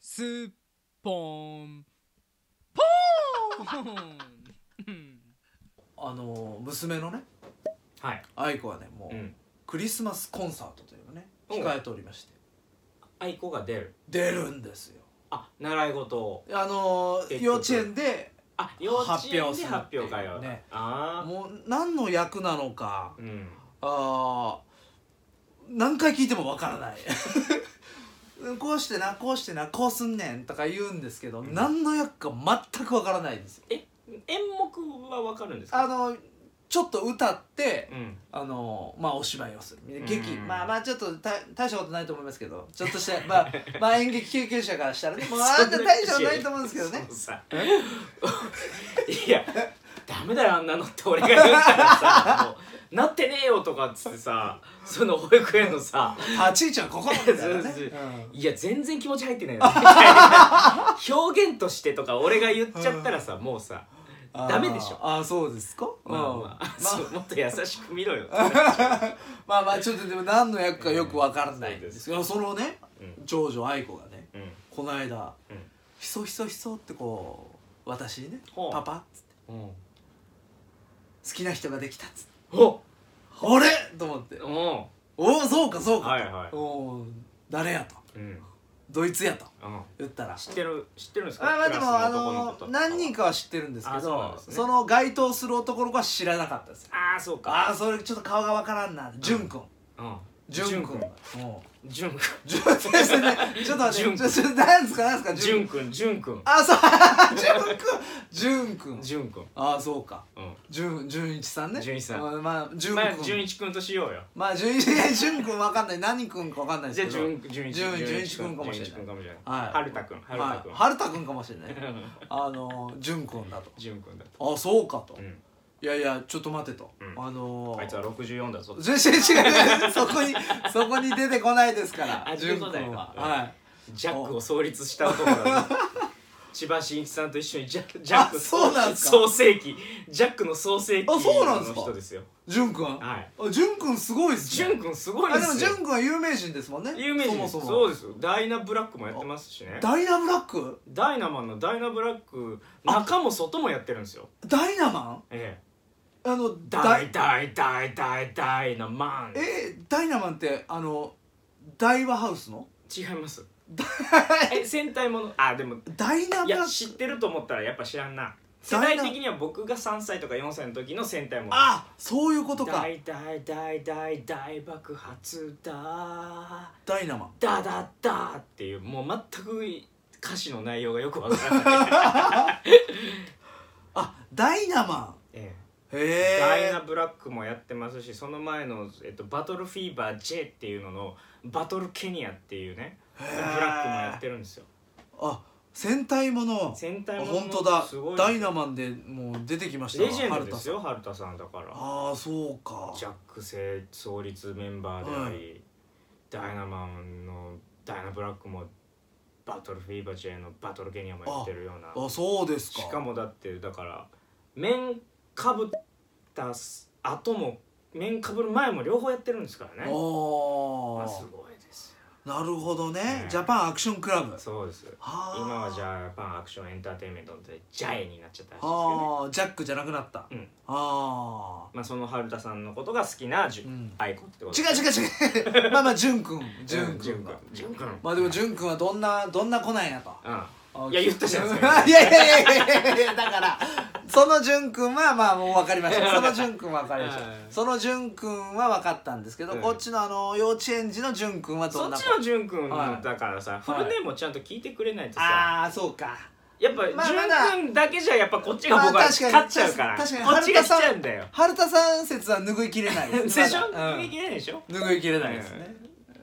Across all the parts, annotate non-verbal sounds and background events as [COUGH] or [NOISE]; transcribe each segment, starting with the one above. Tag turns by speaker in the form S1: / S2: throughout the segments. S1: スッポンポーン
S2: あの娘のね
S3: はい
S2: 愛子はねもう、
S3: うん
S2: クリスマスコンサートというのね
S3: おう
S2: 控えておりまして
S3: 愛子が出る
S2: 出るんですよ
S3: あ習い事を
S2: あの
S3: 結局
S2: 幼稚園で
S3: あ幼稚園で
S2: 発表する
S3: 発表会を
S2: ね
S3: あ
S2: もう何の役なのか
S3: あうん
S2: あー何回聞いてもわからない [LAUGHS] こうしてなこうしてなこうすんねんとか言うんですけど、
S3: ん
S2: 何の役か全くわからないんですよ
S3: え演目はわかるんですか
S2: あのちょっと歌って
S3: うん
S2: あのまあお芝居をする劇
S3: うん
S2: まあまあちょっとた大したことないと思いますけどちょっとした [LAUGHS] まあまあ演劇経験者からした
S3: [LAUGHS]
S2: らねもうあんた大したことないと思うんですけどね
S3: そうさ [LAUGHS] いやダメだよあんなのって俺が言うからさもうなってねえよとかっつってさその保育園のさ
S2: 立ち位置はここなんだよね
S3: そうそう
S2: うん
S3: いや全然気持ち入
S2: [LAUGHS]
S3: ってないよみたいな表現としてとか俺が言っちゃったらさもうさ
S2: あー
S3: ダメでしょ
S2: あーそうですかうん
S3: まあまあ、 [LAUGHS] そうもっと優しく見ろ
S2: [LAUGHS]
S3: よ、
S2: まあまあちょっとでも何の役かよくわからないんですけどそのね
S3: うん
S2: 長女愛子がね
S3: うん
S2: この間
S3: うん
S2: ひそひそひそってこう私にね「
S3: ほう
S2: パパ」っつって
S3: う
S2: 「
S3: ん
S2: 好きな人ができた」っつって
S3: お
S2: 「あれ?」と思って
S3: お
S2: 「おおそうかそうか」
S3: はいはい
S2: おー誰や?」と
S3: うんうん
S2: 「ドイツや」と言ったら
S3: 知ってる知ってるんです
S2: あ
S3: か
S2: まあで
S3: クラス
S2: もあ
S3: 男の
S2: の
S3: こと
S2: 何人かは知ってるんですけ
S3: あそうなん
S2: ど
S3: ですね
S2: その該当する男の子は知らなかったですよ
S3: ああそう
S2: あ
S3: か
S2: あそれちょっと顔がわからんな潤くん
S3: うん
S2: 潤くん
S3: 潤
S2: もう
S3: 淳くん
S2: ちょっと待って、ちょっと待って、
S3: 淳君
S2: ちょっとなんですか、なんですか、
S3: [LAUGHS]
S2: 君。
S3: 淳くん淳くん
S2: あ、そう、淳くん、淳くん。
S3: 淳くん
S2: あ、そうか。
S3: うん
S2: 淳、淳一さんね。
S3: 淳一さん
S2: まあ、まあ、淳
S3: まあ淳
S2: くん。
S3: 一くんとしようよ
S2: まあ、淳一、 [LAUGHS] 淳くんわかんない、何くんかわかんないで
S3: じゃ
S2: す
S3: あ
S2: けど。
S3: 淳淳一
S2: 淳
S3: 淳
S2: 一くんかもしれない
S3: 淳一くんかもしれない
S2: はい
S3: 春太くん春太くん
S2: はい、春田くんかもしれ
S3: [LAUGHS]
S2: ない。あの、淳くんだと。
S3: 淳くんだと
S2: あ、そうかと
S3: う。ん
S2: いやいや、ちょっと待てと。
S3: うん
S2: あのー。
S3: あいつは64だぞ
S2: 淳一
S3: [LAUGHS]
S2: 違う、そこに、そこに出てこないですから。
S3: あ
S2: 淳
S3: 出
S2: く
S3: てこ
S2: ん
S3: ない
S2: は
S3: か。
S2: はい。
S3: ジャックを創立した男だぞ千葉真一さんと一緒にジャジャック
S2: あそうなんですか
S3: 創世記ジャックの創世記
S2: あそうなんですか
S3: の人ですよ
S2: 淳くん。
S3: はい
S2: あ、淳くんすごいですね。
S3: 淳くんすごい
S2: あ
S3: で
S2: でも
S3: すよ
S2: 淳君は有名人ですもんね
S3: 有名人です
S2: そもそ
S3: そう
S2: も
S3: ですよダイナブラックもやってますしね
S2: ダイナブラック
S3: ダイナマンのダイナブラック中も外もやってるんですよ
S2: ダイナマ
S3: ええ
S2: ンあの
S3: ダ
S2: ダ
S3: イ
S2: イ
S3: ダイダイダイダイナマン
S2: えダイナマンってあのダイワハウスの
S3: 違いますえ戦隊ものあでも
S2: ダイナ
S3: い
S2: ブラ
S3: や
S2: ッ
S3: 知っ
S2: ク
S3: てると思ったらやっぱ知らんな世
S2: ダイ
S3: 代
S2: ナ
S3: 的には僕が3歳とか4歳の時の戦隊もの
S2: あそういうことか
S3: 大大大大大爆発だ
S2: ダイナマン
S3: ダダダっていうもう全く歌詞の内容がよくわから
S2: [LAUGHS]
S3: ない、
S2: あダイナマ
S3: え
S2: ン
S3: え
S2: へ
S3: ダイナ
S2: え
S3: ブラックもやってますしその前の、えっと、バトルフィーバー J っていうののバトルケニアっていうねブ
S2: へー
S3: ラックもやってるんですよ
S2: あ戦隊もの
S3: 戦
S2: あ
S3: 隊もの
S2: 本当だ
S3: すごい
S2: ダイナマンでもう出てきましたわ
S3: レジェンドで
S2: 春田さ
S3: す
S2: ん
S3: よ春田さんだから
S2: ああそうか
S3: ジャック製創立メンバーであり、ダイナマンのダイナブラックもバトルフィーバー J のバトルケニアもやってるような
S2: あそうですか
S3: しかもだってだから面かぶった後も面かぶる前も両方やってるんですから
S2: あ
S3: ねまあすごいです
S2: あなるほどね
S3: ね
S2: ジャパンアクションクラブ
S3: よそうです
S2: はあ
S3: 今はジャパンアクションエンターテインメントでジャエになっちゃったらしいですけどね
S2: ああジャックじゃなくなった、
S3: うん
S2: ああ
S3: まあその春田さんのことが好きなじゅ
S2: うん
S3: 愛子ってこと
S2: 違う違
S3: [LAUGHS]
S2: う違うまあまあ淳君淳
S3: 純君
S2: 君が
S3: 純君
S2: まあでも淳君はどんなどんな子なんやと
S3: うん
S2: あ
S3: いや言ったじゃんそれ
S2: い [LAUGHS] やいやいやいやいやだからその淳君はまあもう分かりま
S3: [LAUGHS]
S2: したその淳君は分かりまし
S3: はい
S2: たその淳君は分かったんですけど、
S3: うん
S2: こっちのあの幼稚園児の淳君はど
S3: そ
S2: ん
S3: っ
S2: な
S3: ちの淳君
S2: はい
S3: だからさ、フルネームをちゃんと聞いてくれないとさ、
S2: ああそうか
S3: やっぱ
S2: まあまだ
S3: 淳君だけじゃやっぱこっちが僕
S2: まあ
S3: は
S2: 確かに
S3: 勝っちゃうから、
S2: 確かに
S3: こっちが来ちゃうんだ
S2: [LAUGHS]
S3: よ。
S2: 春田さん説は拭いきれない
S3: [LAUGHS] で
S2: です
S3: しょ、
S2: まだうん
S3: いけないでしょ。
S2: 拭いきれないですね、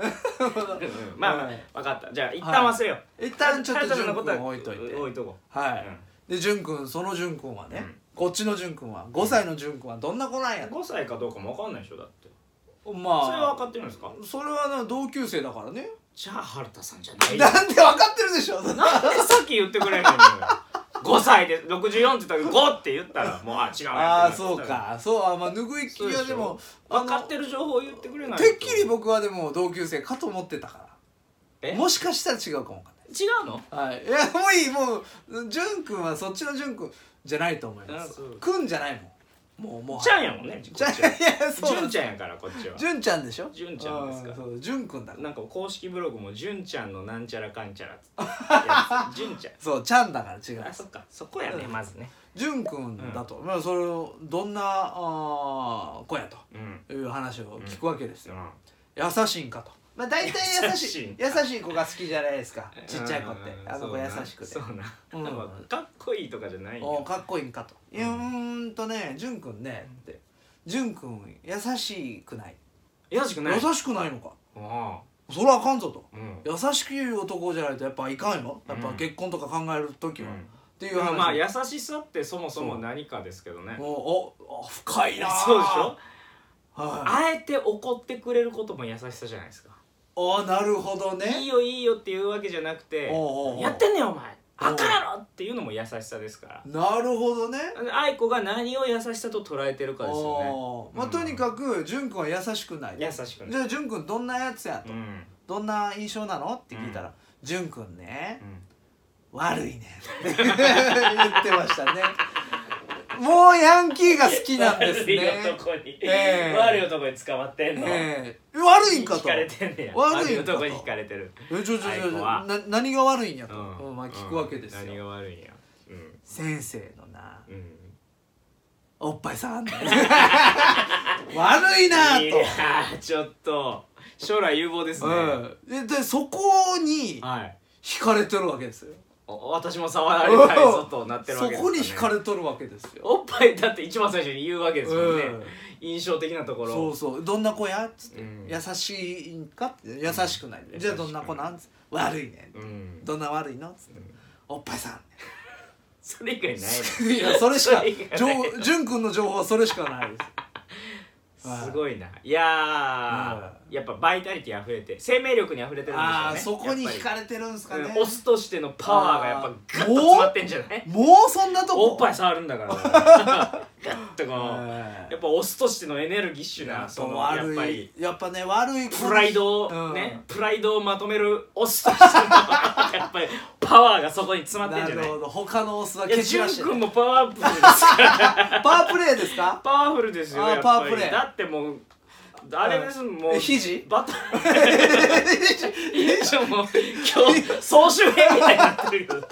S3: うんまあ、ま
S2: は
S3: あ
S2: い、
S3: 分かった。じゃあ一旦忘れよう。
S2: 一旦ちょっと
S3: タイトル
S2: 淳
S3: のこと
S2: 君
S3: は
S2: 置いといて
S3: 置いとこ
S2: は
S3: う。
S2: い、で淳君その淳君はね、
S3: うん
S2: こっちの淳君は5歳の淳君はどんな子なんや
S3: うん、5歳かどうかも分かんないでしょだって。
S2: とま
S3: それは分
S2: あ
S3: かってるんですか。
S2: それはな同級生だからね
S3: じゃあ春田さんじゃないよ。
S2: な
S3: なん
S2: んで分かってるでしょ
S3: でさっき言ってくれないのよ。5歳で64って言ったら5って言ったらもうあ違う
S2: ああそうかそうあまあ拭いきりはでもあの
S3: 分かってる情報を言ってくれないと
S2: てっきり僕はでも同級生かと思ってたから
S3: え
S2: もしかしたら違うかもわかんない
S3: 違うの
S2: はい、いやもういいもう淳君はそっちの淳君じゃないと思いま
S3: あ
S2: す
S3: そう
S2: くんじゃないもんもうもう
S3: ちゃんやもんね
S2: ちゃんいやそう
S3: 純ちゃんやからこっちは
S2: 淳ちゃんでしょ
S3: 淳ちゃんですから
S2: うそう淳君だから
S3: なんか公式ブログも純ちゃんのなんちゃらかんちゃらっつ
S2: [LAUGHS]
S3: って純ちゃん
S2: そうちゃんだから違う
S3: あそっかそこやねまずね
S2: 淳君だと、まあそれをどんなあー子や
S3: うん
S2: という話を聞くわけですよ、
S3: うん
S2: 優しいんかとまあ大体優しい優
S3: 優
S2: しい子が好きじゃないですかちっちゃい子って
S3: うん
S2: あの子優しくて
S3: そうな
S2: うん
S3: なんかかっこいいとかじゃない
S2: おー
S3: よ
S2: かっこいいんかと「いやうーんとね淳君ね」って「淳君優しくない
S3: 優しくない
S2: 優しくないのか
S3: あ
S2: それはあかんぞ」と
S3: あうん
S2: 「優しく言う男じゃないとやっぱいかんよやっぱ
S3: うん
S2: 結婚とか考える時は」
S3: う
S2: っ
S3: ん
S2: ていう
S3: まあまあ
S2: 話
S3: 優しさってそもそも何かですけどね
S2: もうおお深いなー
S3: そうでしょ
S2: はい
S3: あえて怒ってくれることも優しさじゃないですか
S2: あなるほどね
S3: いいよいいよっていうわけじゃなくて
S2: おうおうおう
S3: やってんねんお前あかんやろっていうのも優しさですから
S2: なるほどね
S3: 愛子が何を優しさと捉えてるかですよね
S2: おーまあ
S3: うん
S2: とにかく淳君は優しくない
S3: 優し
S2: じ
S3: くね
S2: ゃあ淳君どんなやつや
S3: う
S2: と
S3: ん
S2: どんな印象なのって聞いた
S3: う
S2: ら「淳君ね
S3: うん
S2: 悪いね」言ってましたねもうヤンキーが好きなんです
S3: 悪い
S2: ね
S3: 男に
S2: ええ
S3: 悪い男に捕まってんの
S2: ええ悪いんか
S3: 惹
S2: と
S3: かれてんねや
S2: 悪
S3: 悪
S2: い
S3: い
S2: んかと
S3: 男に惹かれてる
S2: えちょちょちょ
S3: 愛子は
S2: な何が悪いんやと、
S3: う
S2: うんんまあ、聞くわけです
S3: うん何
S2: よ、
S3: が悪いんやうん
S2: 先生のな
S3: うん
S2: おっぱい触んね悪いなぁ
S3: い
S2: と
S3: やーちょっと将来有望ですね、
S2: うん、ででそこに
S3: はい
S2: 惹かれてるわけですよ
S3: お私も触られたいぞとなってるわ
S2: そ
S3: けです
S2: こに惹か
S3: れ
S2: れとるわけですよ、
S3: おっぱいだって一番最初に言うわけですもんね、
S2: うん
S3: 印象的なところ
S2: そうそうどんな子やっつって、
S3: うん
S2: 優しいんかって優しくない、
S3: うん
S2: じゃあどんな子なんつって悪いね、
S3: うん
S2: どんな悪いのっつって、おっぱいさん
S3: それ以外ないの
S2: いやそれしか
S3: [LAUGHS] それ以外
S2: 情潤君の情報はそれしかないですはい
S3: すごいないやーやっぱバイタリティ溢れて生命力に溢れてるんでしょうね
S2: ああそこに
S3: やっ
S2: 惹
S3: ぱ
S2: かれてるんですか
S3: り
S2: ね
S3: うんオスとしてのパワーがやっぱ
S2: あー
S3: ガッと詰まってんじゃない
S2: もうそんなとこ
S3: おっぱい触るんだから
S2: [LAUGHS]
S3: ガッとこう
S2: はい
S3: やっぱオスとしてのエネルギッシュ
S2: や
S3: な
S2: っぱ
S3: そのやっぱ
S2: 悪
S3: り
S2: いやっぱね悪い子
S3: プライド
S2: う
S3: を
S2: ん
S3: ね、プライドをまとめるオスとしての [LAUGHS] やっぱりパワーがそこに詰まってん
S2: な
S3: じゃ
S2: る
S3: ない
S2: ほど他のオスはい
S3: や
S2: 蹴散らして
S3: 潤くん
S2: る
S3: もパワーアップです
S2: [LAUGHS]
S3: から
S2: パワープレイですか
S3: パワフルですよ
S2: あー
S3: やっ
S2: パワ
S3: ぱ
S2: ー
S3: り
S2: プレイ
S3: だってもうあれですもんもう
S2: え肘
S3: バトルいやもう今日総集編みたいになってるけど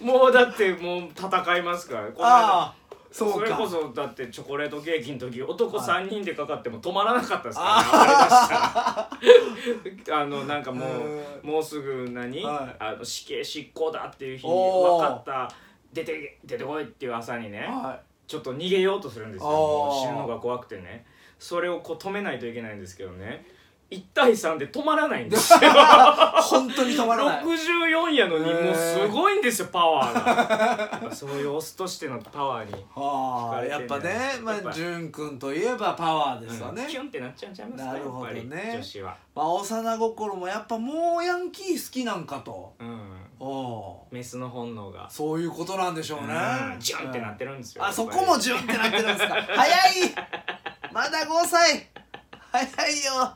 S3: もうだってもう戦いますからこんな
S2: [LAUGHS] ああそうか
S3: れこそだってチョコレートケーキの時男3人でかかっても止まらなかったですから、ね、暴れ出したらあのなんかも
S2: う
S3: うもうすぐ何、
S2: はい
S3: あの死刑執行だっていう日に
S2: おー
S3: 分かった出て出てこいっていう朝にね
S2: は
S3: ちょっと逃げようとするんですよ
S2: あー
S3: もう死ぬのが怖くてねそれをこう止めないといけないんですけどね1対3で止まらない
S2: [LAUGHS]
S3: んですよ
S2: い本当に止まら
S3: [LAUGHS]
S2: ない
S3: 64やのに
S2: へー
S3: もうすごいんですよパワーがやっぱそういうオスとしてのパワーに、
S2: ああ
S3: 惹か
S2: やっ
S3: れて
S2: ぱ
S3: んじゃない
S2: ねま
S3: やっぱ
S2: あ淳君といえばパワーですよね
S3: キュンってなっちゃうんちゃいますか
S2: なるほどね
S3: やっぱり女子は、
S2: まあ幼心もやっぱもうヤンキー好きなんかと
S3: うん、
S2: おお
S3: メスの本能が
S2: ーそういうことなんでしょうね
S3: うんジュンってなってるんですよ
S2: あそこもジュンってなってるん
S3: [LAUGHS]
S2: ですか早いまだ5歳早いよ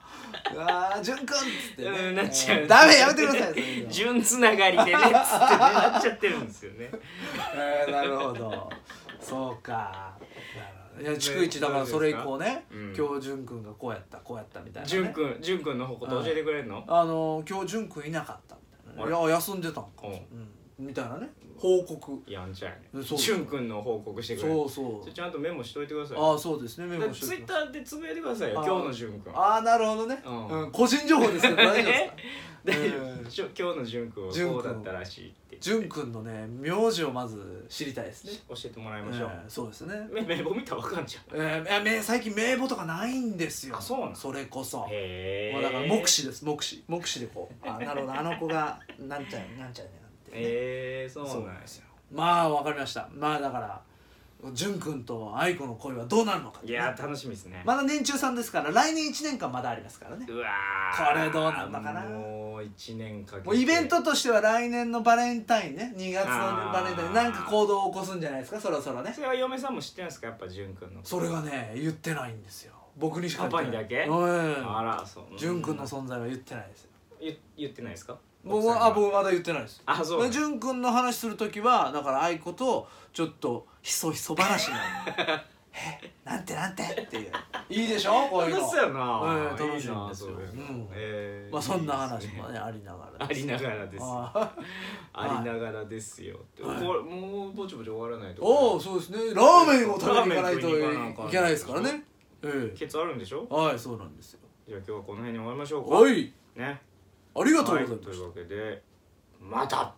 S2: うわージュンくんっつって、ね
S3: うんなっちゃう
S2: ダメやめてくだ
S3: [LAUGHS]
S2: さいそういうの
S3: 純つながりでねっつってねなっちゃってる
S2: [LAUGHS]
S3: んですよね
S2: えーなるほどそうかなるほどいや逐一だからそれ以降ね、
S3: うん
S2: 今日ジュンくんがこうやったこうやったみたいな、ね、
S3: 純くん純くんのこと教えてくれるの
S2: あのー今日ジュンくんいなかったみたいな、いや休んでたんか、
S3: うん
S2: うん、みたいなね報告
S3: やんちゃやね
S2: そうそう
S3: しゅんくんの報告してくれる
S2: そうそう
S3: ちゃんとメモしといてください
S2: ああそうですねメ
S3: だ
S2: モ
S3: ツ
S2: して
S3: イッターでつぶやいてくださいよ
S2: あー
S3: 今日のしゅんくん
S2: ああなるほどね、
S3: うん
S2: うん、個人情報ですけど大丈夫ですか
S3: 大丈
S2: うん
S3: 夫しょ今日のじゅんくんは
S2: じゅん
S3: こ
S2: くん
S3: うだったらしいって
S2: じゅんくんのね名字をまず知りたいですね。
S3: 教えてもらいましょう
S2: えーそうですね。
S3: め名簿見たらわかんじゃん
S2: えーいやめ最近名簿とかないんですよ。
S3: あそうなの
S2: それこそ。
S3: へえ
S2: もうだから目視です目視目視でこうあなるほどあの子がなんちゃんなんちゃんになって、
S3: へえそう
S2: そう
S3: なん
S2: なん
S3: で
S2: ですす
S3: よ
S2: よ。まあわかりました。まあだからじゅんくんと愛子の恋はどうなるのか。
S3: いやー楽しみですね
S2: まだ年中さんですから来年一年間まだありますからね。
S3: うわー
S2: これどうなんのかな
S3: もう一年かけて
S2: もうイベントとしては来年のバレンタインね2月のバレンタイ
S3: あー
S2: ンなんか行動を起こすんじゃないですかそろそろね
S3: それは嫁さんも知ってるんですかやっぱじゅんくんの
S2: それがね言ってないんですよ僕にしか言ってない
S3: パパにだけ
S2: うん
S3: あらそう
S2: 淳君の存在は言ってないですよ
S3: 言言ってないですか
S2: 僕
S3: 奥さん
S2: は
S3: が
S2: あ僕まだ言ってないです
S3: あそう
S2: 潤君の話する時はだから愛子とちょっとひそひそ話なの [LAUGHS] えなんてなんてっていういいでしょこういう
S3: 楽
S2: の
S3: しそうやな、
S2: うん楽しいんですよ
S3: いいなそういうの
S2: うん
S3: えー
S2: まあそんな話
S3: いいです
S2: もねありながら
S3: ありながらですあ
S2: あー
S3: りながらですよ、
S2: はい
S3: これもうぼちぼち終わらないと
S2: おおそうですねラーメンを食べに行かない
S3: ラーメン食いに行かなあ
S2: と
S3: かん
S2: いけないですからねえ
S3: ケツあるんでしょ
S2: えはいそうなんですよ
S3: じゃあ今日はこの辺に終わりましょうか
S2: おい
S3: ね
S2: ありがとうござい
S3: は
S2: ま
S3: い
S2: す
S3: というわけでまた